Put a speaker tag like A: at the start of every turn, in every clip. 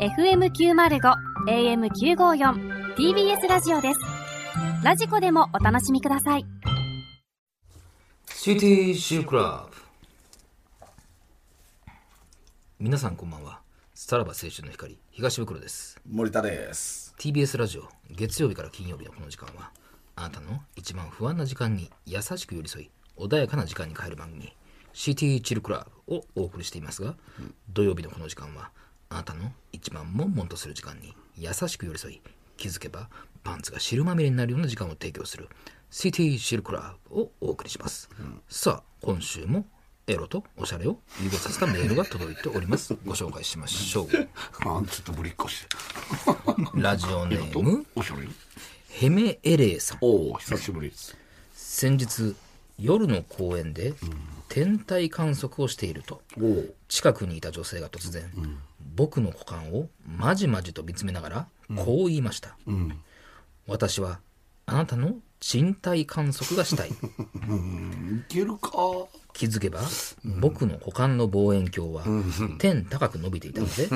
A: FM905 AM954 TBS ラジオですラジコでもお楽しみください
B: シティシルクラブ皆さんこんばんはさらば青春の光東袋です
C: 森田です。
B: TBS ラジオ月曜日から金曜日のこの時間はあなたの一番不安な時間に優しく寄り添い穏やかな時間に変える番組「シティチルクラブ」をお送りしていますが、土曜日のこの時間はあなたの一番悶々とする時間に優しく寄り添い気づけばパンツが汁まみれになるような時間を提供する「シティシルクラブ」をお送りします、さあ今週もエロとおしゃれを融合させたメールが届いておりますご紹介しましょう
C: あんちょっとぶりっこして。
B: ラジオネーム
C: おしゃれ。
B: ヘメエレーさん
C: おお、久しぶりです。
B: 先日夜の公園で天体観測をしていると
C: おお。
B: 近くにいた女性が突然、僕の股間をまじまじと見つめながらこう言いました、私はあなたの人体観測がしたい
C: いけるか。
B: 気づけば僕の股間の望遠鏡は天高く伸びていたので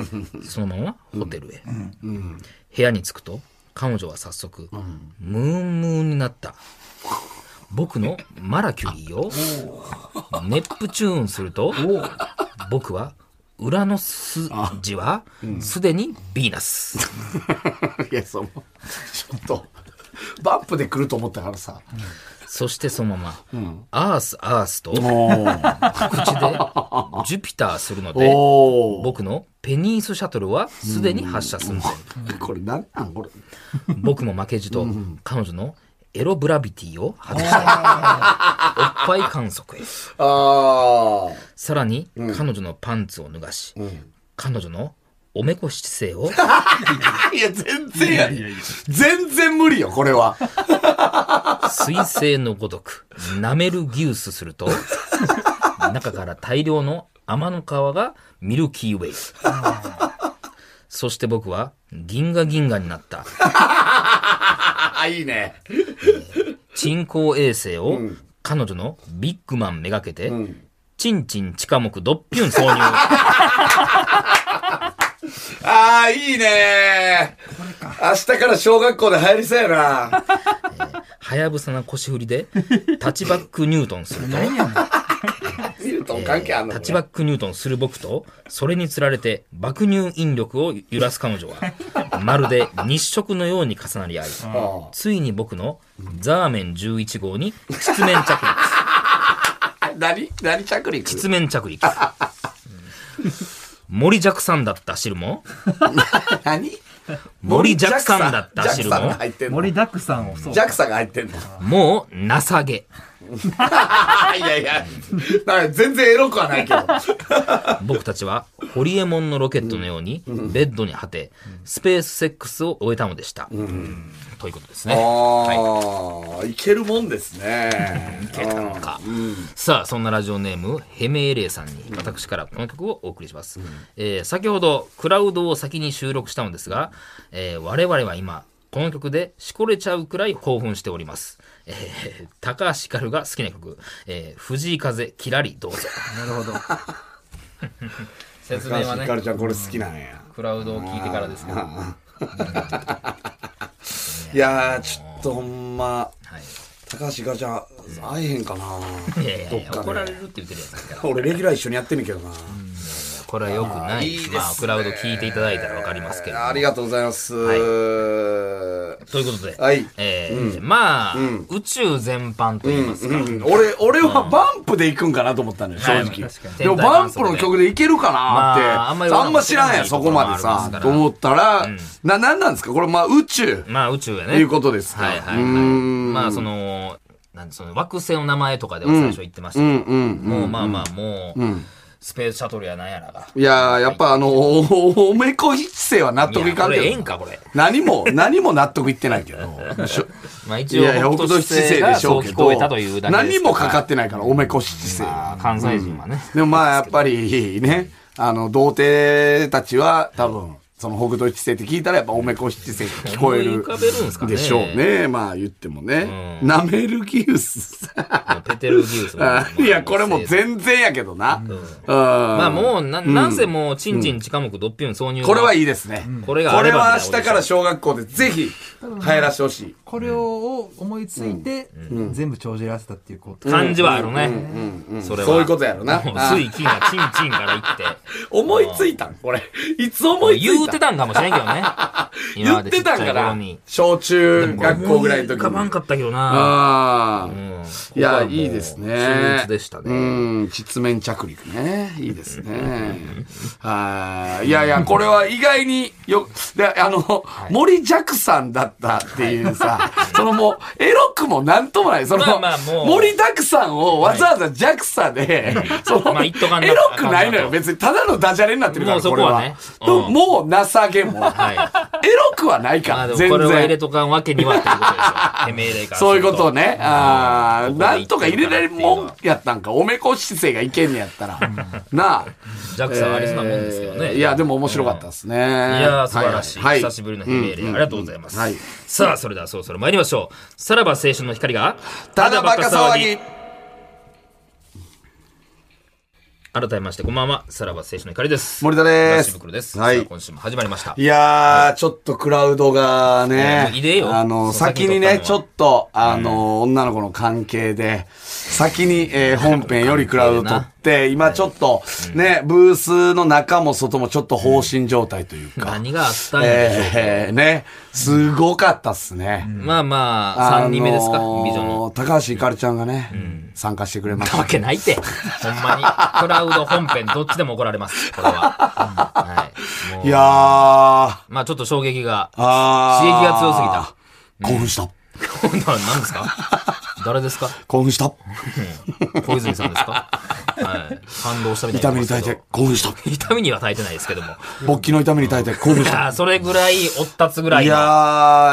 B: そのままホテルへ、部屋に着くと彼女は早速、ムーンムーンになった僕のマラキュリーをネプチューンすると僕は裏の筋はすでにヴィーナス、
C: いや、その、ちょっと、バップで来ると思ったからさ。
B: そしてそのまま、アースアースと
C: お
B: 口でジュピターするので
C: お。
B: 僕のペニースシャトルはすでに発射するんで
C: これなんなんこれ。
B: 僕も負けじと彼女のエロブラビティを外したおっぱい観測へ
C: ああ。
B: さらに彼女のパンツを脱がし、彼女のおめこ姿勢を
C: いや、全然やり。全然無理よ、これは。
B: 彗星のごとく舐めるギウスすると中から大量の天の川がミルキーウェイそして僕は銀河銀河になった
C: あ、 いいね。
B: 人工衛星を彼女のビッグマンめがけて、チンチン地下目ドッピュン挿入
C: ああ、いいね。明日から小学校で入りそうやな。
B: はやぶさな腰振りでタッチバックニュートンすると
C: 見ると関係あんの
B: タッチバックニュートンする僕と、それにつられて爆乳引力を揺らす彼女は、まるで日食のように重なり合い、
C: あ
B: ついに僕のザーメン11号に失面着陸。
C: あ何何着陸
B: 失面着陸。うん森ジャクさんだった汁も、
C: 何
B: 森ジャクさんだった汁
C: ジャクさん
B: も
C: が、入ってんの
D: 盛りだくさんをそう
C: ジャクさんが入ってんの
B: もう情け。
C: あいやいや、なんか全然エロく はないけど。
B: 僕たちはホリエモンのロケットのようにベッドに果て、スペースセックスを終えたのでした。ということですね。
C: ああ、いけるもんですね。い
B: けたのか、さあそんなラジオネームヘメエレイさんに私からこの曲をお送りします、えー先ほどクラウドを先に収録したのですが、えー我々は今この曲でしこれちゃうくらい興奮しております、えー高橋ひかるが好きな曲、えー藤井風キラリどうぞ
D: なるほど
B: 説明は
C: 高橋ひか
B: ね
C: るちゃんこれ好きなんや。
B: クラウドを聞いてからですけど、はい、
C: やー、ちょっとほんま、高橋ひかるちゃん、会えへんかない
B: いやいやいや
C: どっ
B: 怒
C: からで
B: れるって言ってるやつですから
C: 俺レギュラー一緒にやってんねんけどな。
B: これはよくない
C: いいですね
B: まあクラウド聞いていただいたらわかりますけれども
C: ありがとうございます。
B: ということで、
C: はい
B: えーまあ、宇宙全般といいますか、
C: うん俺、俺はバンプで行くんかなと思ったのよ、正
B: はい
C: 直
B: 確かに。
C: でもバンプの曲でいけるかなって、
B: まああ
C: あ
B: ん
C: ん
B: ま
C: ま
B: り俺らも
C: 知らんやん、そこまで
B: 知らないところもありますか
C: さ
B: ら、
C: と思ったら、な、なんなんですかこれ、まあ宇宙、
B: まあ宇宙やね。
C: ということですか。
B: はいはいは
C: う
B: い。
C: ん
B: まあその、なんその惑星の名前とかでは最初言ってましたけど、
C: うんうん
B: もうまあまあもう、スペースシャトルやなんやらが。
C: いやー、やっぱあの、おおめこ一世は納得い
B: いや
C: か
B: こ
C: んけ
B: れ
C: ど。
B: ええんかこれ。
C: 何も、何も納得いってないけど。しょ
B: まあ 一
C: い
B: 応
C: やいや、北
B: 北
C: 斗
B: 斗七
C: 七星
B: 星
C: で
B: が
C: し
B: そ
C: ょ
B: う
C: うけ
B: 聞
C: ど
B: こえたというだけです
C: 何もかか
B: っ
C: ってないから、おめこ七星は。
B: 関西人はね。
C: でもまあやっぱりね、あの、童貞たちは多分、その北斗七星って聞いたらやっぱおめこ七星って聞こえ
B: 思い浮
C: る
B: かべるんすかね
C: でしょうね。まあ言ってもね。ナメルギウス。
B: まあペテルギウスも
C: あ いや、これもう
B: 全
C: 全然やけどな。うん。
B: まあ
C: ま
B: もうな、なんせもう、チンチン、チカムク、ドッピュン、挿入。
C: これはいいですね。
B: これが
E: こ
B: あ
E: れ
B: れば
E: は
B: みたい
E: 明
B: な
E: 日から小学校でぜひ入らしてほしい。
D: これをを思いついて、全部帳尻合わせたっていうこと。
B: 感じはあるね。それは。
E: そういうことやろ な
B: もう
E: ああ
B: 水金がチンチンから行って。
E: 思いついたんこれ。いつ思いついたん
B: 言うてたんかもしれんけどね。
E: 言ってたんから
B: 今までちっちゃい頃に。
E: 小中学校ぐらいの時
B: かばん
E: に。
B: かったけどな。
C: あ
B: う
C: あ。
B: ん
C: いや、いいです
B: ここはもう秀
C: ね。
B: 逸でした
C: う
B: ね。
C: ん、実面着陸ね。いいですね。はい。いやいや、これは意外によ、で、あの、森ジャクさんだったっていうさ、そのもう、エロくもなんともない。その、
B: まあまあもう
C: 森ジャクさんをわざわざジャクさで、その、
B: まあ言っとかんな
C: エロくな
B: あかんな
C: いの
B: と
C: よ。別に、ただのダジャレになってるか
B: もう
C: ら、
B: そこ
C: これ
B: は
C: は
B: ね。
C: と
B: うん
C: もう、情けも。エ
B: はい。
C: ロくはない
B: ま
C: か
B: あ
C: ら、
B: で
C: 全
B: もこれは入れ
C: 然。
B: とかんわけにはっていうことでしょ。てめえれからする。
C: そういうことをね。ああ、
B: ここで
C: なんとか入れられるもんやったんか。おめこ姿勢がいけんねやったら。なあ。
B: ジャックさんありそうなもんですけどね。
C: えーいや、でも面白かったですね。い
B: いやー素晴らしい。
C: はい。
B: 久しぶりのヘメーレ、ありがとうございます。
C: うんはい
B: さあ、それではそろそろ参りましょう。さらば青春の光が、
C: ただバカ騒ぎ。
B: 改めまして、こんばんは。さらば青春の光です。
C: 森田で
B: 東
C: す
B: 袋です。
C: は
B: はいい。今週も始まりました。
C: いやー、ちょっとクラウドがね
B: もう、入れよ
C: あの、
B: そう
C: 先に
B: 先に撮ったのは、
C: ねちょっと、あの、女の子の関係で、先に、えー本編よりクラウド取って、今ちょっと、ね、ブースの中も外もちょっと放心状態というか、
B: 何があったんやでしょう。
C: えー、ね、すごかったっすね。
B: まあまあ、3人目ですか、
C: あのー
B: 美女の。
C: 高橋ひかるちゃんがね、参加してくれまし
B: な
C: た
B: わ。けない って。ほんまに。クラウド本編、どっちでも怒られます。これは。うんはい。もう
C: いやー、あ
B: まあちょっと衝撃が。
C: ー。刺
B: 刺激が強すぎた。
C: 興奮した。
B: 今度は何ですか誰ですか
C: 興奮した。
B: 小泉さんですかはい。感動したみたい
C: 痛み
B: 言
C: に耐
B: っ
C: え
B: てます
C: て興奮した。
B: けど。痛みには耐えてないですけども。
C: 勃起の痛みに耐えて興奮し
B: いや
C: た。
B: ーそれぐらい、おったつぐらい
C: い
B: の。
C: や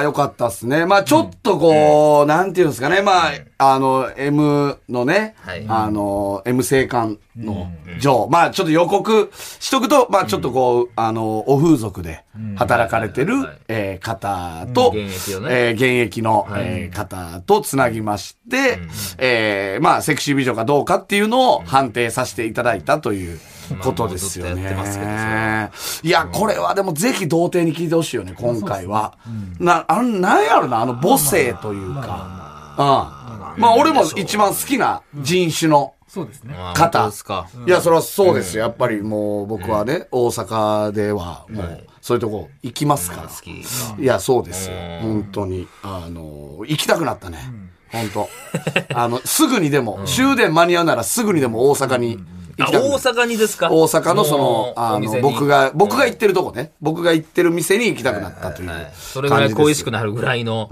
C: ー、よかったっすね。まあちょっとこう、なんていうんですかね。まあ、あの、M のね、
B: はい
C: あの、M 性感の上、まあちょっと予告しとくと、まあちょっとこう、あの、お風俗で働かれてる
B: はいはい、
C: えー方と、
B: うん現役をね
C: えー現役の、えー方とつなぎまして、えーまあセクシー美女かどうかっていうのを判定させていただいたという。ことですよね。
B: まあもうずっとやってますけどそれはい
C: や、これはでもぜひ童貞に聞いてほしいよね、今回は。な、あんなんやろな、あの母性というか。うん。まあ俺も一番好きな人種の。
D: そうですね。
B: まあ
C: 肩
B: 本当ですか。
C: いや、それはそうですよ。やっぱりもう僕はね、大阪ではもう、そういうとこ行きますから
B: 好。き。
C: いや、そうですよ。本当に。あの、行きたくなったね。本当。あの、すぐにでも、終電間に合うならすぐにでも大阪に行
B: あ、
C: きたくな
B: 大
C: った。
B: 阪にですか
C: 大阪のその
B: も、う
C: あ
B: お店
C: の、
B: に
C: 僕が、僕が行ってるとこね。僕が行ってる店に行きたくなったという
B: はい。それぐらい恋しく
C: な
B: なるぐらいの。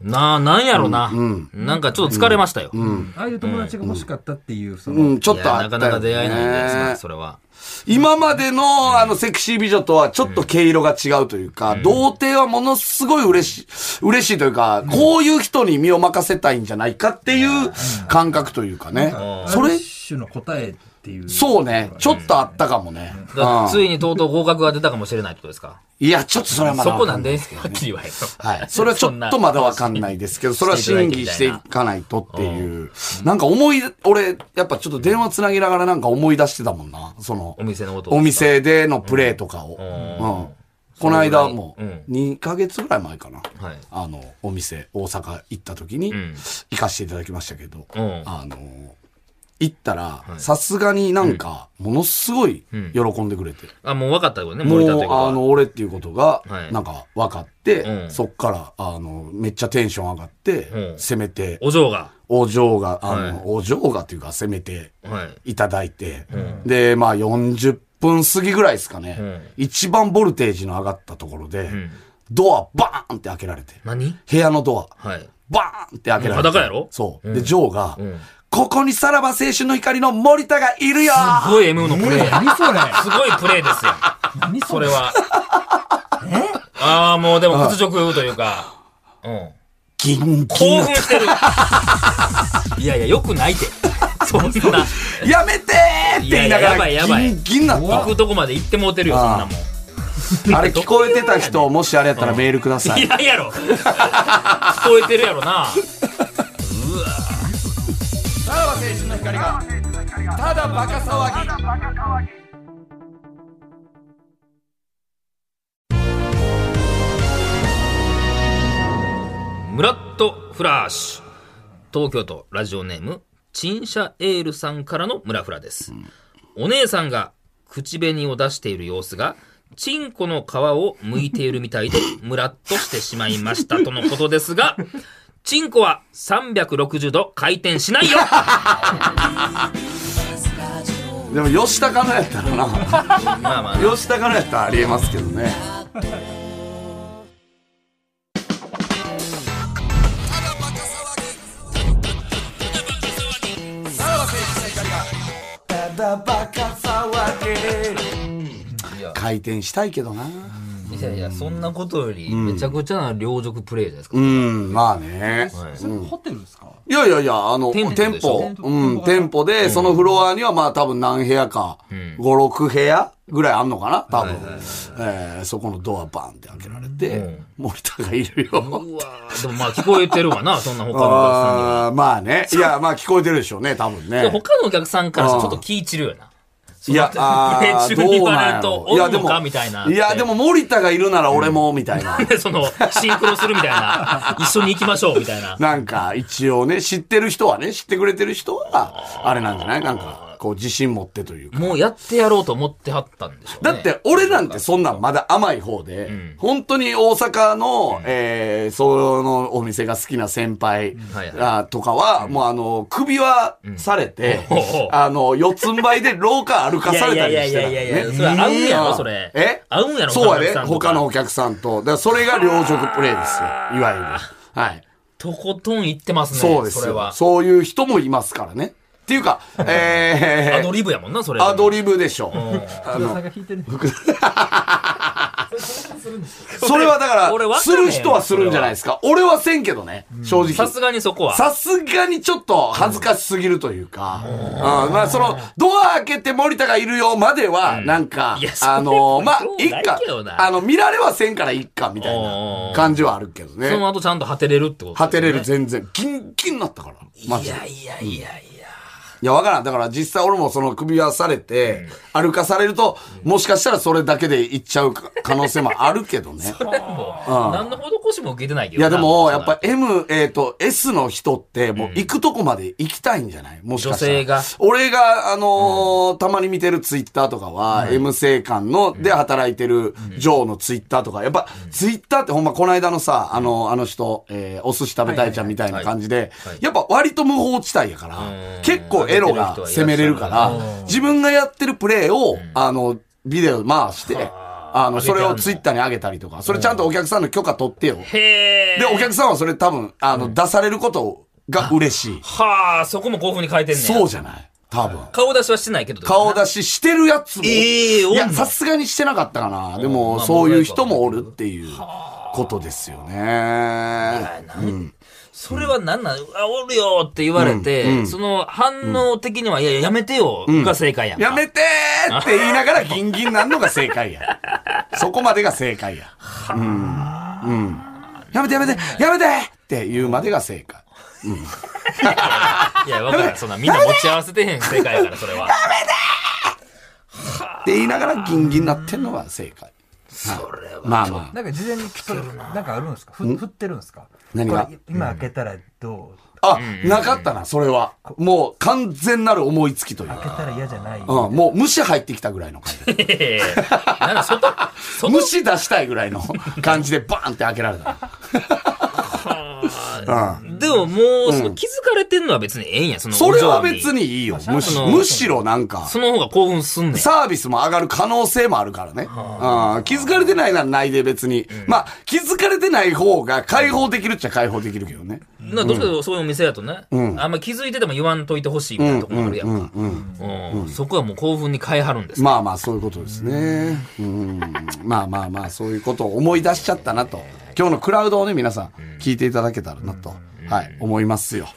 B: なあ、なんやろな。なんかちょっと疲れましたよ。
D: ああいう友達が欲しかったっていう、その、
C: うん、ちょ
B: い
C: っ
B: や
C: とあ
B: な
C: った
B: か
C: よ、ね。
B: なか出会えないんじゃないですか、それは。
C: 今までのあのセクシー美女とはちょっと毛色が違うというか、童貞はものすごい嬉しい、嬉しいというか、こういう人に身を任せたいんじゃないかっていう感覚というかね。そ
D: それ
C: れ、
D: 一種の答えっていう。
C: そうね、ちょっとあったかもね。
B: だから
C: うん
B: ついにとうとう合格が出たかもしれないってことですか。
C: いや、ちょっとそれはまだ
B: そ
C: わ
B: こ
C: かんな
B: な
C: い。
B: んで、はっきり言わへん。
C: はい。 それはちょっとまだわかんないですけど、それは審議していかないとっていう。なんか思い、俺、やっぱちょっと電話つなぎながらなんか思い出してたもんな。その
B: お、店のこと。
C: お。店でのプレーとかを。
B: ん
C: うん。この間も
B: それぐらい、
C: 2ヶ月ぐらい前かな。
B: はい。
C: あの、お店、大阪行った時に
B: ん、
C: 行かせていただきましたけど、
B: うん
C: あの、行ったら、さすがになんか、ものすごい喜んでくれて。
B: あ、もう分かったよね、
C: も
B: 森田という
C: う、
B: こと
C: あ
B: は。
C: の、俺っていうことが
B: は、い
C: なんか分かって、
B: うん
C: そっから、あの、めっちゃテンション上がって、
B: うん
C: 攻めて、
B: お嬢が。
C: お嬢が、あの、
B: はい
C: お嬢がっていうか、攻めて
B: はい。
C: いただいて、で、まあ、40分過ぎぐらいですかね、
B: うん
C: 一番ボルテージの上がったところで、ドアバーンって開けられて、
B: 何
C: 部屋のドア、
B: はい。
C: バーンって開けられて。
B: もう裸やろ
C: そう。で、ジョーが、ここにさらば青春の光の森田がいるよ
B: すごい M のプレイ。
D: 何それ
B: すごいプレイですよ。
D: 何
B: そ
D: そ
B: れ
D: れ
B: は。ああ、もうでも屈辱というか。うん。
C: ギンギン
B: 興
C: やっ
B: 奮してる。 いやいや、よく ないって。そんな、
C: た。やめてーって言いながら、
B: いややばいやばい
C: ギンギンなった。
B: 行くとこまで行ってもうてるよ、そんなもん。
C: あれ聞こえてた人、もしあれやったらメールくださ
B: い
C: い。
B: ないやろ聞こえてるやろな
C: さらば青春の光が、ただバカ騒ぎ。
B: ムラッとフラッシュ東京都ラジオネームチンシャエールさんからのムラフラです、お姉さんが口紅を出している様子がチンコの皮を剥いているみた いでムラッとしてしまいましたとのことですがチンコは360度回転しないよ
C: でも、吉高のやったら な、
B: まあまあ
C: 吉高のやったらありえますけどね。回転したいけどな。
B: いやいやそんなことよりめちゃくちゃな両辱プレイじゃないですか、
C: うん、まあね。
D: それホテルですか
C: いやいやいや、あの、
B: 店舗
C: 店
B: でしょ
C: 舗、うん、店舗で、そのフロアにはまあ多分何部屋か、5、6部屋ぐらいあんのかな多分。えーそこのドアバンって開けられて、森田がいるよ。
B: うわーでもまあ聞こえてるわ なそんな他のお客さんには
C: あーまあね。いや、まあ聞こえてるでしょうね、多分
B: でも
C: ね。
B: 他のお客さんからしたらちょっと気い散るよな。
C: いや、あー
B: 中に言われると
C: どうなんやろいや
B: おんのかみたいな
C: でもいや、でも森田がいるなら俺も、みたいな。
B: で、その、シンクロするみたい な。一緒に行きましょうみたいな。
C: なんか、一応ね、知ってる人はね、知ってくれてる人は、あれなんじゃないなんか、こう、自信持ってというか。
B: もうやってやろうと思ってはったんでしょうね。
C: だって、俺なんてそんなんまだ甘い方で、本当に大阪の、えーそのお店が好きな先輩、
B: はいはい
C: あとかは、もうあの、首輪されて、
B: うんおうおう
C: あの、四つん這いで廊下歩か
B: い
C: さ
B: や
C: れ
B: い
C: た
B: や
C: り
B: いや
C: し
B: い
C: てた
B: や
C: の
B: い
C: ね
B: やいや、それ合うんやろ、それ。合
C: え
B: うんやろ、お
C: そう
B: 客
C: や
B: さんと
C: ね。
B: か
C: 他のお客さんと。だからそれが両職プレイですよ。いわゆる。はい。
B: とことん行ってますね。
C: そうです
B: それ
C: よ。
B: は。
C: そういう人もいますからね。っていうか、えー
B: アドリブやもんな、それ。
C: アドリブでしょ。あの
D: さんが引いてる
C: それはだか
B: 俺わ
C: ら、
B: か
C: す
B: んないよ
C: る人はするんじゃないですか。俺はせんけどね、正直。
B: さすがにそこは。
C: さすがにちょっと恥ずかしすぎるというか、うんまあその、ドア開けて森田がいるよまでは、なんか
B: いや、それは
C: あの、まあ
B: ど、う
C: いっ
B: ない
C: か
B: けど、な
C: あの、見られはせんからいっか、みたい
B: お
C: な
B: ー
C: 感じはあるけど
B: その
C: ね。
B: 後ちゃんと果てれるってこと、
C: 果てれる、。全然。ギンギンになったから。マ
B: い
C: ジで。
B: やいやいやいや。
C: いや、わからん。だから実際俺もその首輪されて、歩かされると、もしかしたらそれだけで行っちゃうか可能性もあるけどね。
B: もう、何の施しも受けてないけど
C: い
B: な。
C: やでも、やっぱ M、えっ、と、S の人って、もう行くとこまで行きたいんじゃないもしかしたら。
B: 女性が
C: 俺が、あのーたまに見てるツイッターとかは、M 生官の、で働いてる、ジョーのツイッターとか、やっぱ、ツイッターってほんま、この間のさ、あの、あの人、えーお寿司食べたいちゃんみたいな感じで、やっぱ割と無法地帯やから、
B: ん
C: 結構エロが攻めれるから
B: う、
C: 自分がやってるプレーを、あの、ビデオ回して、あ
B: 上げ
C: の、
B: て
C: そ
B: あん
C: れ
B: の
C: をツイッターに上げたりとか、それちゃんとお客さんの許可取ってよ。
B: へー。
C: で、お客さんはそれ多分、あの、出されることが嬉しい。
B: はあ、そこも興奮に変えてんねや
C: そうじゃない多分。
B: 顔出しはしてないけど。
C: 顔出ししてるやつも。
B: ええおん
C: い
B: の
C: や、さすがにしてなかったかな。でも、
B: まあ
C: そういう人もおるっていうことですよね。
B: それはなんなん、あ、おるよって言われて、その反応的には、いやいや、やめてよ、が正解やんか。
C: やめてーって言いながらギンギンなんのが正 解や。そこまでが正解や。うん。うん。やめてやめてやめてって言うまでが正解。
B: いや、わからん。そんな、みんな持ち合わせてへん正解やから、それ は。
C: って言いながらギンギンなってんのが正解。
B: それは。
C: まあまあ。
D: なんか事前にそれなんかあるんですかふ振ってるんですか
C: 何が
D: これ今開けたらどう
C: あ、なかったな、それは。もう完全なる思いつきという
D: 開け
C: か。
D: たら嫌じゃない
C: うん、もう虫入ってきたぐらいの感じ。
B: いやいやいやなんか外、外
C: 虫出したいぐらいの 感じでバーンって開けられ た。うん。
B: でももう、その気づかれてんのは別にええんや、その。
C: それは別。にいいよ。むし
B: あの
C: むしろなんか、
B: その方が興奮すんねん。
C: サービスも上がる可能性もあるからね。うん。気づかれてないならないで別に。まあ、気づかれてない方が解放できるっちゃ解放できるけどね。
B: などうしてもそういうお店やとね、あんま気づいてても言わんといてほしいみたいなとこもあるやんか。うんそこはもう興奮に変えはるんです。
C: まあまあ、そういうことですね。うん。まあまあまあ、そういうことを思い出しちゃったなと。今日のクラウドをね、皆さん、聞いていただけたらなと、はい、思いますよ。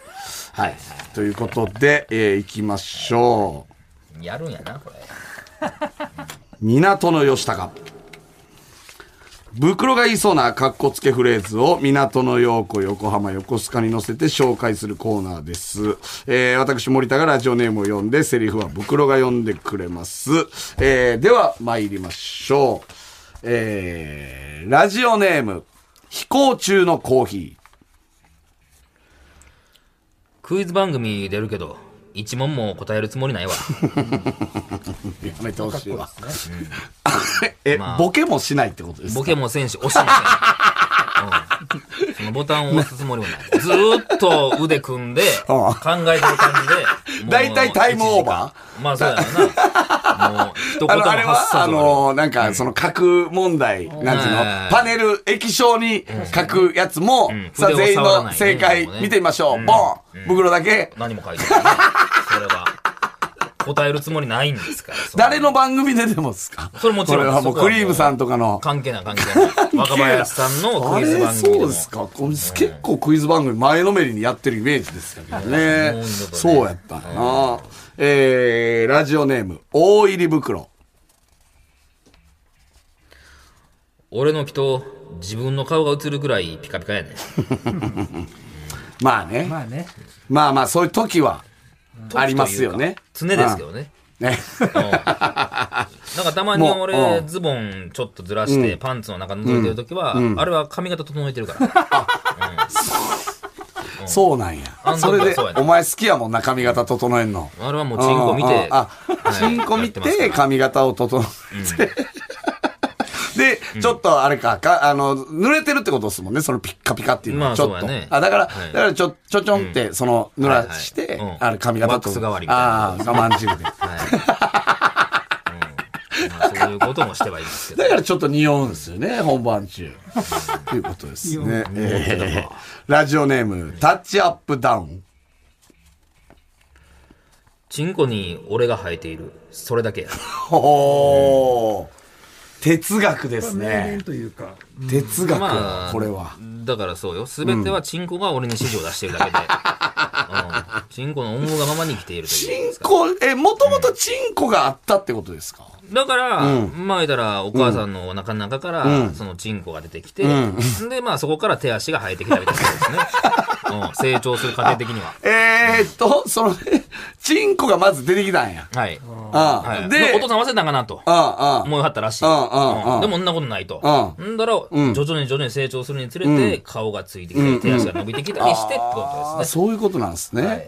C: はい。ということで、えー行きましょう。
B: やるんやな、これ。
C: 港の吉高。袋が言いそうな格好つけフレーズを港の陽子、横浜、横須賀に乗せて紹介するコーナーです。えー私、森田がラジオネームを読んで、セリフは袋が読んでくれます。えーでは、参りましょう。えーラジオネーム、飛行中のコーヒー。
B: クイズ番組出るけど、一問も答えるつもりないわ。
C: やめてほしいわ。 え、ボケもしないってことですか
B: ボケもせんし、押しもせん。うんそのボタンを押すつもりも ない。ずーっと腕組んで、考えてる感じ で。もう
C: 大体タイムオーバ
B: ーまあそうやろ な。もう、一言も
C: あの、あれ
B: 発さ
C: は、あ
B: ず
C: の、なんか、その、核問題、なんていうの
B: うん、
C: パネル、液晶に書くやつも
B: ん、
C: さあ、
B: 筆を
C: 全員
B: 触ら
C: の
B: ない
C: 正解
B: ね
C: 見てみましょう。ボン袋だけ。
B: 何も書いてない、ね。それは。答えるつもりないんですから。そんな
C: 誰の番組ででもですか
B: それもちろん
C: これはも
B: そ
C: う、
B: こは
C: ク
B: もう
C: リームさんとかの。
B: 関係ない関係ない。若林さんの
C: あ
B: クイ
C: れ
B: ズ 番組で
C: そ
B: も。
C: うですかこれ結構クイズ番組前のめりにやってるイメージですけどね
B: もう二度とね
C: そうやったんやなえーラジオネーム大入り袋
B: 俺の気と自分の顔が映るくらいピカピカやねん。
C: まあね
D: まあね。
C: まあまあそういう時はありますよね
B: 常ですけどね。
C: ね
B: うんなんかたまに
C: もう
B: 俺
C: うん
B: ズボンちょっとずらしてパンツの中覗いてる時は、あれは髪型整えてる から。
C: そうなんや
B: あ。んた
C: そ
B: も
C: れで
B: そうや、な
C: お前好きやもんな、髪型整えんの。
B: あれはもうチンコ見て。
C: あああ、
B: はい
C: チンコ
B: や
C: 見
B: ってますか
C: て、
B: ら
C: 髪型を整えて。 で、ちょっとあれか、か、あの、濡れてるってことですもんね、そのピッカピカっていうの
B: ま
C: は、
B: あ
C: ちょっ
B: そう
C: と。
B: やね
C: あ、だから、
B: はい
C: だからちょ、ちょちょんって、その、濡らし
B: は
C: て
B: いはい、うん
C: あれ髪型
B: ワックス代わりみたいな
C: ああー、我慢汁で。
B: はい。うんまあそういうこともしてはいいですけど。
C: だからちょっと匂うんですよね、本 番中。ということですね。えーラジオネーム、タッチアップダウン。
B: チンコに俺が生えている。それだけや。
C: ほー。哲学です
D: 名
C: ね
D: 言。というか。
C: 哲学、
B: まあ
C: これは。
B: だからそうよ。すべてはチンコが俺に指示を出してる だけで。うんチンコの恩望がままに生きていると
C: チ
B: いう
C: ンコ、え、もともとチンコがあったってことですか、
B: だから、まあ言うたら、お母さんのお腹の中から、そのチンコが出てきて、で、まあそこから手足が生えてきたみたいなこと ですね。うん、成長する過程的には。
C: えー、っと、その、チンコがまず出てきたんや。
B: はい。
C: ああ、
B: はい、
C: で、
B: で、お父さん忘れたんかなと。
C: ああ、あ
B: 思いはったらしい。
C: うんうんうん
B: でも、そんなことないと。
C: うん
B: だから、徐々に徐々に成長するにつれて、顔がついてきたり、手足が伸びてきたりして、ってこと
C: あ、
B: ですね。
C: そういうことなんですね。
B: はい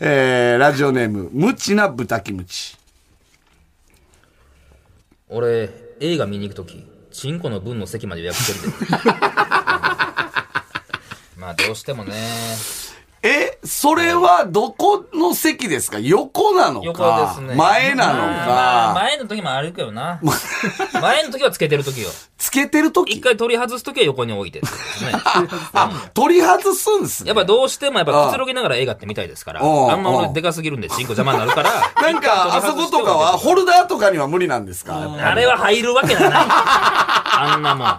C: えー、ラジオネーム、無知な豚キムチ。
B: 俺、映画見に行くとき、チンコの分の席まで予約してる で。うんまあ、どうしてもね、
C: え、それはどこの席ですか横なの
B: 横で
C: か、
B: すね。
C: 前なのか、
B: まあまあ前の時も歩くよ な。前の時はつけてる時よ。
C: つけてるとき
B: 一、回取り外す時は横に置いてってことですね。
C: あ、取り外すんですね。
B: やっぱどうしてもやっぱくつろぎながら映画って見たいですから、
C: うん
B: あんま
C: う
B: 俺
C: ん
B: でかすぎるんでチンコ邪魔になるから。
C: なんか、あそことかは、ホルダーとかには無理なんですかやっぱり
B: あれは入るわけがない。あんなも ん。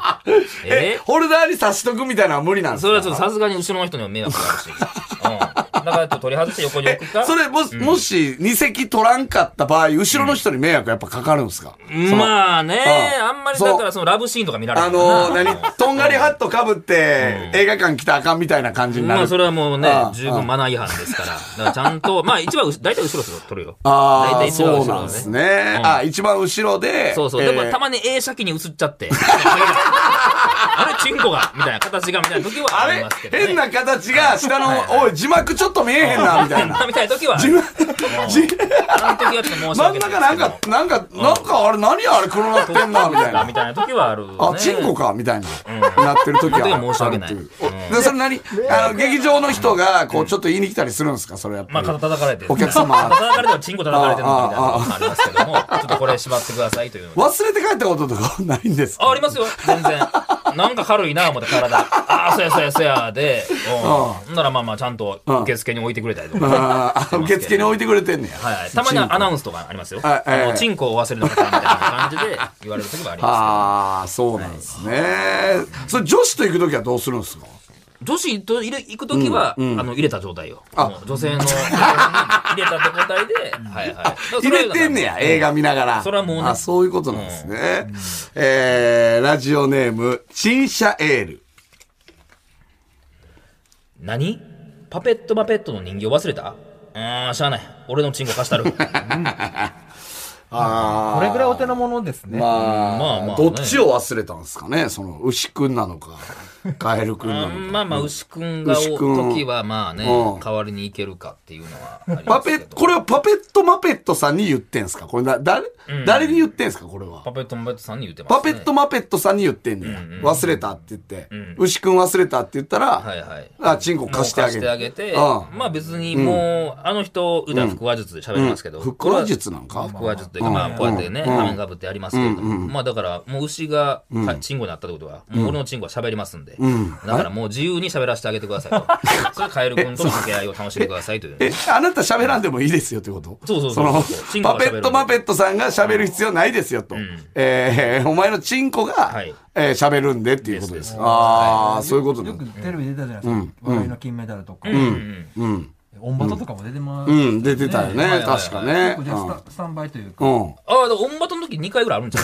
B: え
C: ホルダーに差しとくみたいなのは無理なんですか
B: それはちょっとさすがに後ろの人にも迷惑かかるし。うん。だからちょっと取り外して横に置くか。
C: それもし、もし、二席取らんかった場合、後ろの人に迷惑やっぱかかるんですか、
B: まあね、
C: うん
B: あんまりだからそのラブシーンとか見られ
C: あ
B: るから
C: の
B: な
C: ー、何とんがりハットかぶって、映画館来たらあかんみたいな感じになる。
B: まあ、それはもうね
C: ああ、
B: 十分マナー違反ですから。だからちゃん と、まあ、一番、大体後ろ取るよ。
C: あ
B: 大
C: あ、
B: 体一番
C: そう
B: 後
C: な
B: ろ
C: ん
B: ね。
C: ですね。
B: うん
C: あ一番後ろで。
B: そうそう。でも、た
C: ま
B: まに A 先に移っちゃ って。あれ、チンコが、みたいな、形が、みたいな時は
C: あ
B: あり
C: れ
B: ますけ、どね。
C: 変な形が、下の
B: はい、
C: おい、字幕ちょっと見えへんな、みたいな。
B: みたいな時はあ
C: 字
B: る、
C: 幕、
B: あ
C: 字、
B: の時はちょっと申し訳ないで
C: 真ん
B: すけど。
C: 中なんか、なんか、なんかあれ、何あれ、黒なってんな、みたいな
B: み。たいな時はある、ね。
C: あ、チンコかみたいな、なってる時
B: その時
C: は。
B: は申し訳ない
C: あるってうおでそれ何あの、劇場の人が、こう、ちょっと言いに来たりするんですかそれやっぱ
B: まあ、
C: り。
B: 肩叩かれてる。
C: お客様
B: 肩叩かれてる、チンコ叩かれてるのみたいな時もありますけども、ちょっとこれ縛ってくださいというので
C: 忘れて帰ったこととかないんです
B: あ、あ
C: か
B: りますよ、全然。なんか軽いな、思って体。ああ、そやそやそや、で、うん。ならまあまあ、ちゃんと受付に置いてくれたりとか。
C: あー受付に置いてくれてんねや。
B: はいはい。たまにアナウンスとかありますよ。
C: あ
B: あ
C: ええ
B: の、チンコを忘れの方みたいな感じで言われる時もありま
C: ああ、そうなんですね。それ女子と行く時はどうするんですか
B: すけど。女子と入れ行く時は、あの、入れた状態よ。もう女性の、入れたって答 えで、はいはい。
C: 入れてんねや、映画見ながら。
B: それはもうね
C: あ、そういうことなんですね。えー、ラジオネーム、チンシャエール。
B: 何パペットパペットの人形忘れたうーん、しゃあない。俺のチンコ貸 したる。
C: あ
D: これぐらいお手の物ですね。
C: まあ、
B: まあまあね
C: どっちを忘れたんですかねその、牛くんなの か、カエルくんな
B: う
C: のか。
B: んまあまあ、牛くんがお
C: 牛くん
B: 時はまあね
C: うん、
B: 代わりに行けるかっていうのはありま
C: パ
B: すけ
C: ペ
B: ど。
C: これはパペットマペットさんに言ってんすかこれな、誰、誰に言ってんすかこれは
B: パ。ペットマペットさんに言ってますね。
C: パペットマペットさんに言ってんねや。忘れたって言って。牛くん忘れたって言ったら、
B: はいはい。
C: あ、チンコ貸してあげ
B: もう
C: る。
B: 貸してあげて、
C: うん
B: まあ別にもう、あの人、歌腹話術で喋りますけど。
C: うん腹話術なんか
B: 腹話術というか、まあこうやってね、画面かぶってやりますけれども、まあだから、もう牛が、はチンコになったってことは、もう俺のチンコは喋りますんで、だからもう自由に喋らせてあげてくださいと。 それカエル君との掛け合いを楽しんでくださいと いう。
C: え、あなた喋らんでもいいですよってこと
B: そうそうそう
C: の
B: チン、コ
C: パ
B: は喋
C: ペ
B: る
C: ットマペットさんが喋る必要ないですよと。えーお前のチンコが、
B: はい
C: えー喋るんでっていうことで
B: です
C: す。
B: です
C: ああ、そういうことな
D: よ
C: ん
D: く
C: だ。
D: テレビ出たじゃないですか。笑いの金メダルとか、
C: うん。
D: オンバトとかも出てます。
C: う
D: 結
C: ん、出てたよ
B: はいはい
C: ね。
B: はい
C: 確かね。
D: 構でスタスタンバイという
C: う
D: か、
C: ん。うん
B: ああ、だからオンバトの時2回ぐらいあるんち ゃう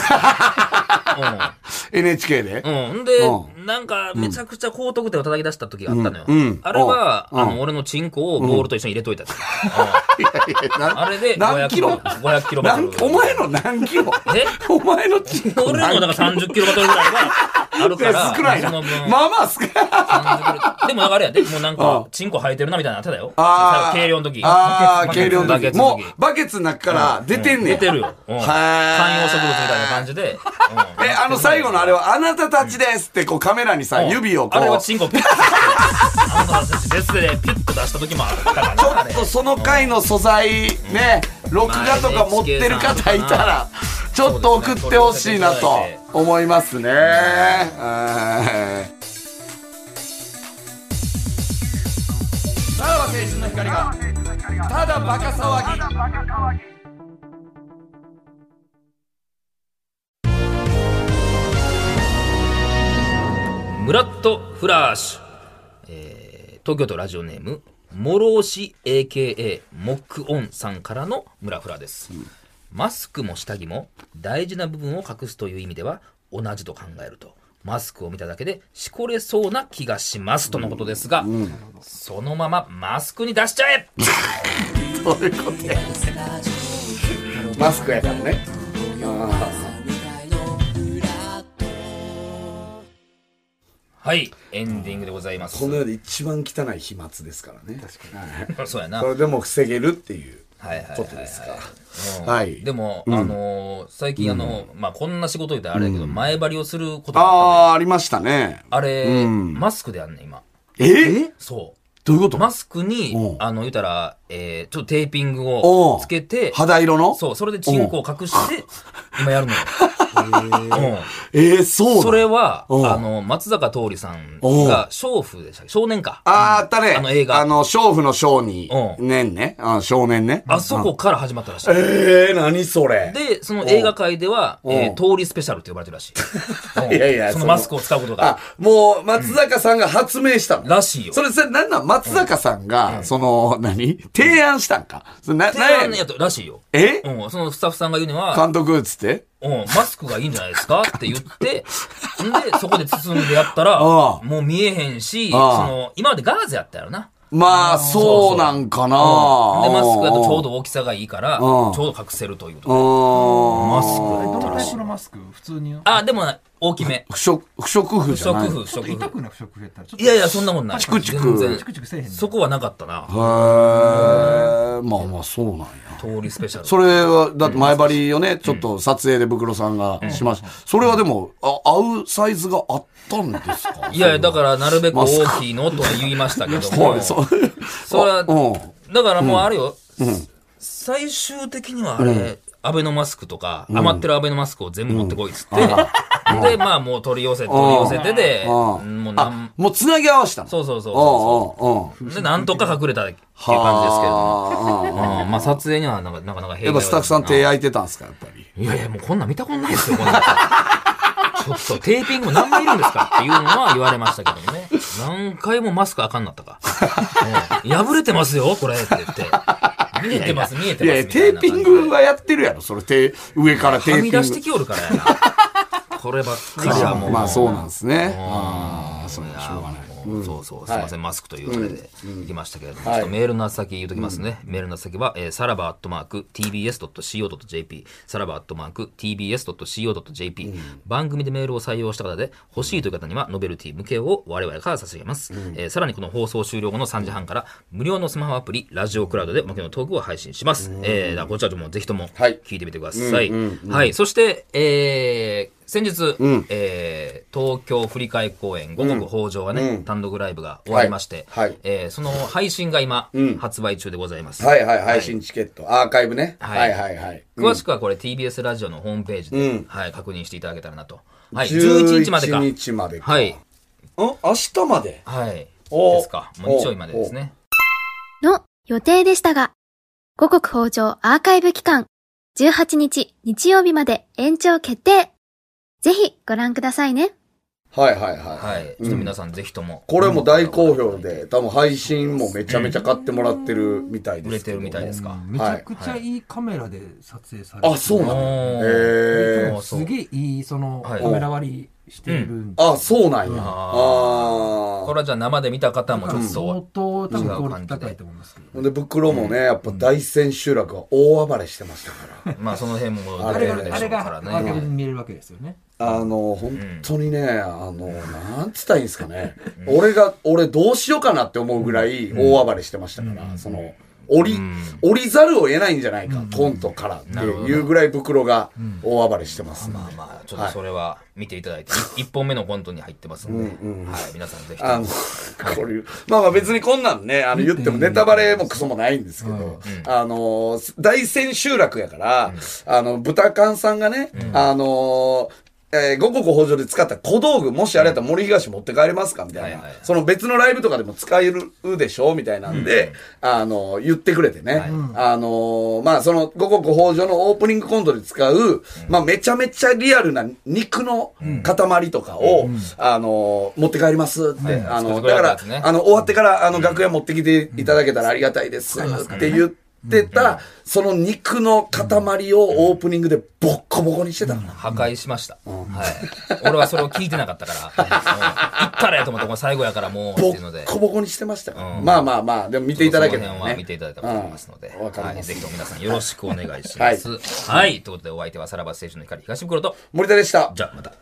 C: NHK で
B: う。ん。うん。で、
C: う
B: なんか、めちゃくちゃ高得点を叩き出した時があったのよ。
C: うんうん
B: あれは、
C: うん
B: あの、俺のチンコをボールと一緒に入れといた。うんあれで、
C: 何キロ
B: ?500 キロバト
C: 何
B: ル。
C: お前の 何キロ
B: え
C: お前のチンコ
B: 俺のだから30キロバトルぐらいはある
C: い
B: か
C: や
B: ら、
C: 少ない
B: そ
C: な。
B: の分、
C: まあまあ 少ない。
B: 30キロでもなんかあれやで、もうなんか
C: う、ん
B: チンコ生えてるなみたいなのあっただよ。
C: あー
B: 軽量の時。
C: ああ、
B: バケツ
C: 軽量の
B: バケ
C: 時。
B: ツの
C: も
B: 時。
C: う、バケツの中から出てんね
B: 出
C: や
B: てるよ。うん
C: ー
B: 観葉植物みたいな感じで。うん
C: え、あの最後のあれは、あなたたちですって、こうカメラにさ、指をこ
B: あれは
C: う、
B: チンコピュッと出して、あの私別でピュッと出した時もあったから
C: ちょ
B: なあ
C: っ
B: れ
C: とその回の素材、ね、録画とか持ってる方いたら、ちょっと送ってほしいなと思いますね。はいさらば青春の光が、ただバカ騒ぎ。
B: ムラッとフラッシュ、えー東京都ラジオネーム諸押 AKA モックオンさんからのムラフラです、マスクも下着も大事な部分を隠すという意味では同じと考えるとマスクを見ただけでしこれそうな気がしますとのことですが、そのままマスクに出しちゃえ
C: そういうことや。マスクやからね。
B: はいエンディングでございます
C: この世で一番汚い飛沫ですからね。確かに。
B: そうやな
C: それでも防げるっていう
B: はいはいはいはい
C: ことですか。
B: うん
C: はい
B: でも、あのー最近あの、まあこんな仕事言うたらあれやけど、前張りをすることがあったんで
C: ああ、ありましたね。
B: あれ、
C: ん
B: マスクでやんねん今。
C: え
B: そ
C: どういうこ
B: う。
C: と
B: マスクに
C: おう、
B: あの、言うたら、えー、ちょっとテーピング
C: お
B: を
C: う
B: つけて、
C: 肌色の
B: そう、それでチンコを隠 して、今やるのよ。
C: えー、
B: う
C: そ
B: ん、
C: う
B: そ
C: そ
B: れ
C: れ
B: は、
C: おう
B: あの、松坂桃李さん
C: おう
B: が、娼婦でしたっけ少年か。
C: あーあったね。
B: あの映画
C: あの、娼婦の娼に
B: う、ん
C: 年ね。あ少年ね。
B: あそこから始まったらしい。
C: えー、何それ
B: で、その映画界では、
C: う
B: えー、通りスペシャルって呼ばれてるらしい。うん
C: いやいや
B: そ
C: そ
B: の
C: の
B: マスクを使うこと
C: あ
B: が。、
C: もう、松坂さんが発明したの。
B: らしいよ
C: そ。れ、それ、なんなん松坂さんが、その、何提案したんか。それな、
B: 提案
C: なん
B: ね
C: や
B: やとらしいよ。
C: え
B: うん、そのスタッフさんが言うには、
C: 監督っつって
B: うん、マスクがいいんじゃないですかって言って、んで、そこで包んでやったら、
C: あ
B: もう見えへんし、そ
C: ああ
B: の、今までガーゼやったやろな。
C: まあ、そうなんかな
B: で、マスクだとちょうど大きさがいいから、ち
C: う
B: ょ
C: ん
B: うど隠せるという
C: う
B: と。
C: ーん。
B: マスク
D: えど
B: やった
D: の
B: ら
D: タ
B: し
D: イ
B: い
D: プ。のマスク普通に。
B: あ、でもな、大きめ。
C: 不織、不織布
B: 不
C: じゃない
B: 織布、不
D: ちょっと
B: 織
D: 痛
B: 布。
D: くなく食やったら。ちょっと
B: いやいや、そんなもんない。
D: チ
C: クチク
B: 全
D: チ
B: 然
D: ク。チクせえへんねん。
B: そこはなかったな。
C: へえ、まあまあそうなんや。
B: 通りスペシャル。
C: それは、だって前張りをね、ちょっと撮影でブクロさんがしました。それはでも、あ合うサイズがあったんですか、
B: いやいや、だからら、なるべく
C: マスク
B: 大きいのとは言いましたけど
C: は
B: も。
C: い、 そ。
B: そうれは、
C: うん。
B: だからもうあれよ、最終的にはあれ、アベノマスクとか、余ってるアベノマスクを全部持ってこいっつって、 で、まあもう取り寄せ、取り寄せてで、も
C: う
B: うなん
C: あ、、もう繋ぎ合わせたの
B: そうそうそう
C: うんうんうん。
B: そうで、なんとか隠れたっていう感じですけども。
C: はあ
B: うんまあ撮影にはなんかなかなか平
C: やっぱスタッフさん手焼いてたんですか、やっぱり。
B: いやいや、もうこんなん見たことないですよ、こんなんちょっとテーピングも何枚いるんですかっていうのは言われましたけどね。何回もマスクあかんなったか。うん破れてますよ、これって言って。見えてます、見えて
C: い
B: ます。
C: やいや、テーピングはやってるやろ、それ、手上からテー
B: は
C: ピン
B: み
C: グ。
B: 出してきよるからやな。こればっかり
C: あ
B: は
C: あ
B: もう。
C: まあそうなんですね。
B: あ
C: ああ、
B: ー
C: それはしょうがない。
B: もうそうそう、すみません、マスクというあれで行きましたけれども、ちょっとメールの宛先言うときますね。メールの宛先は、えーさらばアットマーク tbs.co.jp、さらばアットマーク tbs.co.jp、番組でメールを採用した方で、欲しいという方には、ノベルティ向けを我々から差し上げます。えーさらにこの放送終了後の3時半から、無料のスマホアプリ、ラジオクラウドでおまけのトークを配信します。えーだからこちらともぜひとも
C: はい
B: 聞いてみてください。はい、そして、えー先日、えー東京振り替え公演、五穀豊穣がね、単独ライブが終わりまして、
C: はいはい
B: えーその配信が今、発売中でございます。
C: はいはい、配信チケット、アーカイブね。
B: はい
C: はいはいはい。
B: 詳しくはこれ TBS ラジオのホームページで、はい、確認していただけたらなと。はい、
C: 11
B: 11日までか。
C: 日までか
B: はい、
E: 明日まで
B: はい。
C: お
B: ですか。もう日曜日までですね。
A: の予定でしたが、五国豊穣アーカイブ期間、18日日曜日まで延長決定。ぜひご覧くださいね。
C: はいはいはい。
B: はい、ちょっと皆さんぜひとも。
C: これも大好評で、多分配信もめちゃめちゃ買ってもらってるみたいです。
B: 売れてるみたいですか。
D: めちゃくちゃいいカメラで撮影されてる
C: あ、そう
B: お
C: なの
B: ー
C: へえ。
B: ー
D: すげえいいその
B: はい
D: カメラ割りしているんで
C: あ、そうなんや。あ
B: これはじゃあ生で見た方もちょっ
D: 相
B: と、
D: 当多分クオリティ高いと思いますけど
C: あ。で、袋もね、やっぱ大千秋楽は大暴れしてましたから。
B: まあその辺も
C: あ
D: あ
B: 出
D: れ
B: て
D: が
B: るで
D: あ
B: しょ
D: れ
B: うか
D: が
B: ら
D: アーカイブで
B: ね。
D: 見れるわけですよね。
C: あの、本当にね、あの、なんつったらいいんですかね。俺が、俺どうしようかなって思うぐらい大暴れしてましたから、その、降り、降りざるを得ないんじゃないか、コントからっていうぐらい袋が大暴れしてますね。
B: まあまあ、ちょっとそれは見ていただいて、1本目のコントに入ってますんで、はい、皆さんぜひとも。
C: あの、これ、まあまあ別にこんなんね、あの言ってもネタバレもクソもないんですけど、あの、大千秋楽やから、あの、豚缶さんがね、あの、えー、五穀豊穣で使った小道具、もしあれやったら森東持って帰れますかみたいな、
B: はいはい
C: その別のライブとかでも使えるでしょみたいなんで、あの、言ってくれてね。あの、まあ、その、五穀豊穣のオープニングコントで使う、まあ、めちゃめちゃリアルな肉の塊とかを、あの、持って帰りますって、
B: はい
C: あの、
B: 作ってくれた
C: だか
B: や
C: ら
B: つね、
C: あの、終わってから、あの、楽屋持ってきていただけたらありがたいですって言ってた、その肉の塊をオープニングでボッコボコにしてたから。
B: 破壊しました、はい。俺はそれを聞いてなか ったから、うん行ったらやと思って、これ最後やからもうって
C: ボ
B: いうの
C: ッ
B: で。
C: コボコにしてましたから。まあまあまあ、でも見ていただけた
B: その
C: ら
B: 辺は見
C: ね
B: て。いただいたと思いますので、
C: うんわかります
B: はい、ぜひとも皆さんよろしくお願いします。はい、ということでお相手はさらば青春の光東袋と、
C: 森田でした。
B: じゃあまた。